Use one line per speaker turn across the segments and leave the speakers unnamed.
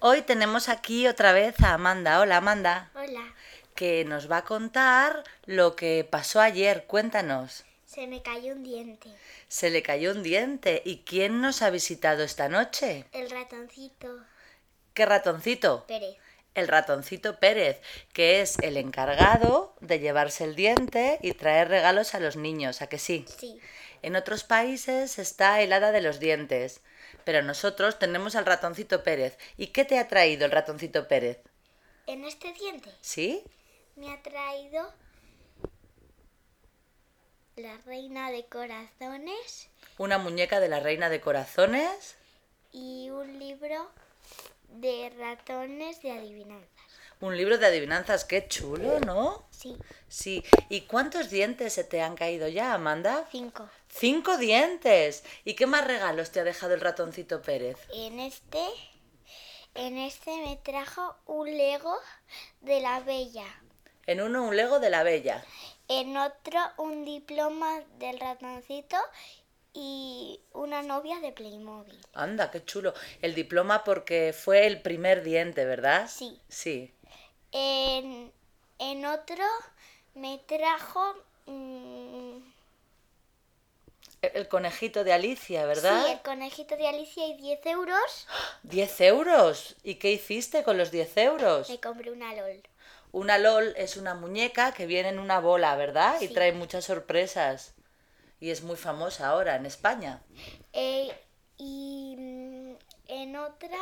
Hoy tenemos aquí otra vez a Amanda. Hola Amanda,
Hola,
que nos va a contar lo que pasó ayer. Cuéntanos.
se me cayó un diente.
Se le cayó un diente. ¿Y quién nos ha visitado esta noche?
El ratoncito
¿Qué ratoncito?
Pérez.
El ratoncito Pérez, que es el encargado de llevarse el diente y traer regalos a los niños, ¿a que sí?
Sí,
En otros países está el hada de los dientes, pero nosotros tenemos al ratoncito Pérez. ¿Y qué te ha traído el ratoncito Pérez?
en este diente
¿Sí?
me ha traído la reina de corazones
¿Una muñeca de la reina de corazones?
y un libro de ratones de adivinanzas.
¿Un libro de adivinanzas? ¡Qué chulo, ¿no?
Sí,
Sí. ¿Y cuántos dientes se te han caído ya, Amanda?
cinco.
¡Cinco dientes! ¿Y qué más regalos te ha dejado el ratoncito Pérez?
En este, en este me trajo un Lego de la Bella.
En uno un Lego de la Bella.
En otro un diploma del ratoncito y una novia de Playmobil.
Anda, qué chulo. El diploma porque fue el primer diente, ¿verdad?
Sí.
Sí.
En, en otro me trajo mm,
E-, El el conejito de Alicia, ¿verdad?
sí, el conejito de Alicia y 10 euros.
¿10 euros? ¿Y qué hiciste con los 10 euros?
Me compré una LOL.
Una LOL es una muñeca que viene en una bola, ¿verdad? Y
Sí.
trae muchas sorpresas. Y es muy famosa ahora en España.
Eh, y mm, en otra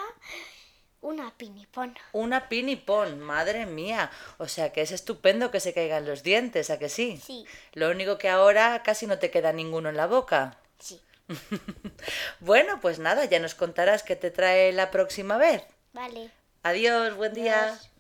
una pinipón.
Una pinipón, madre mía. O sea que es estupendo que se caigan los dientes, ¿a que sí?
Sí,
Lo único que ahora casi no te queda ninguno en la boca.
sí.
Bueno, pues nada, ya nos contarás qué te trae la próxima vez.
Vale.
Adiós, buen día.
Adiós.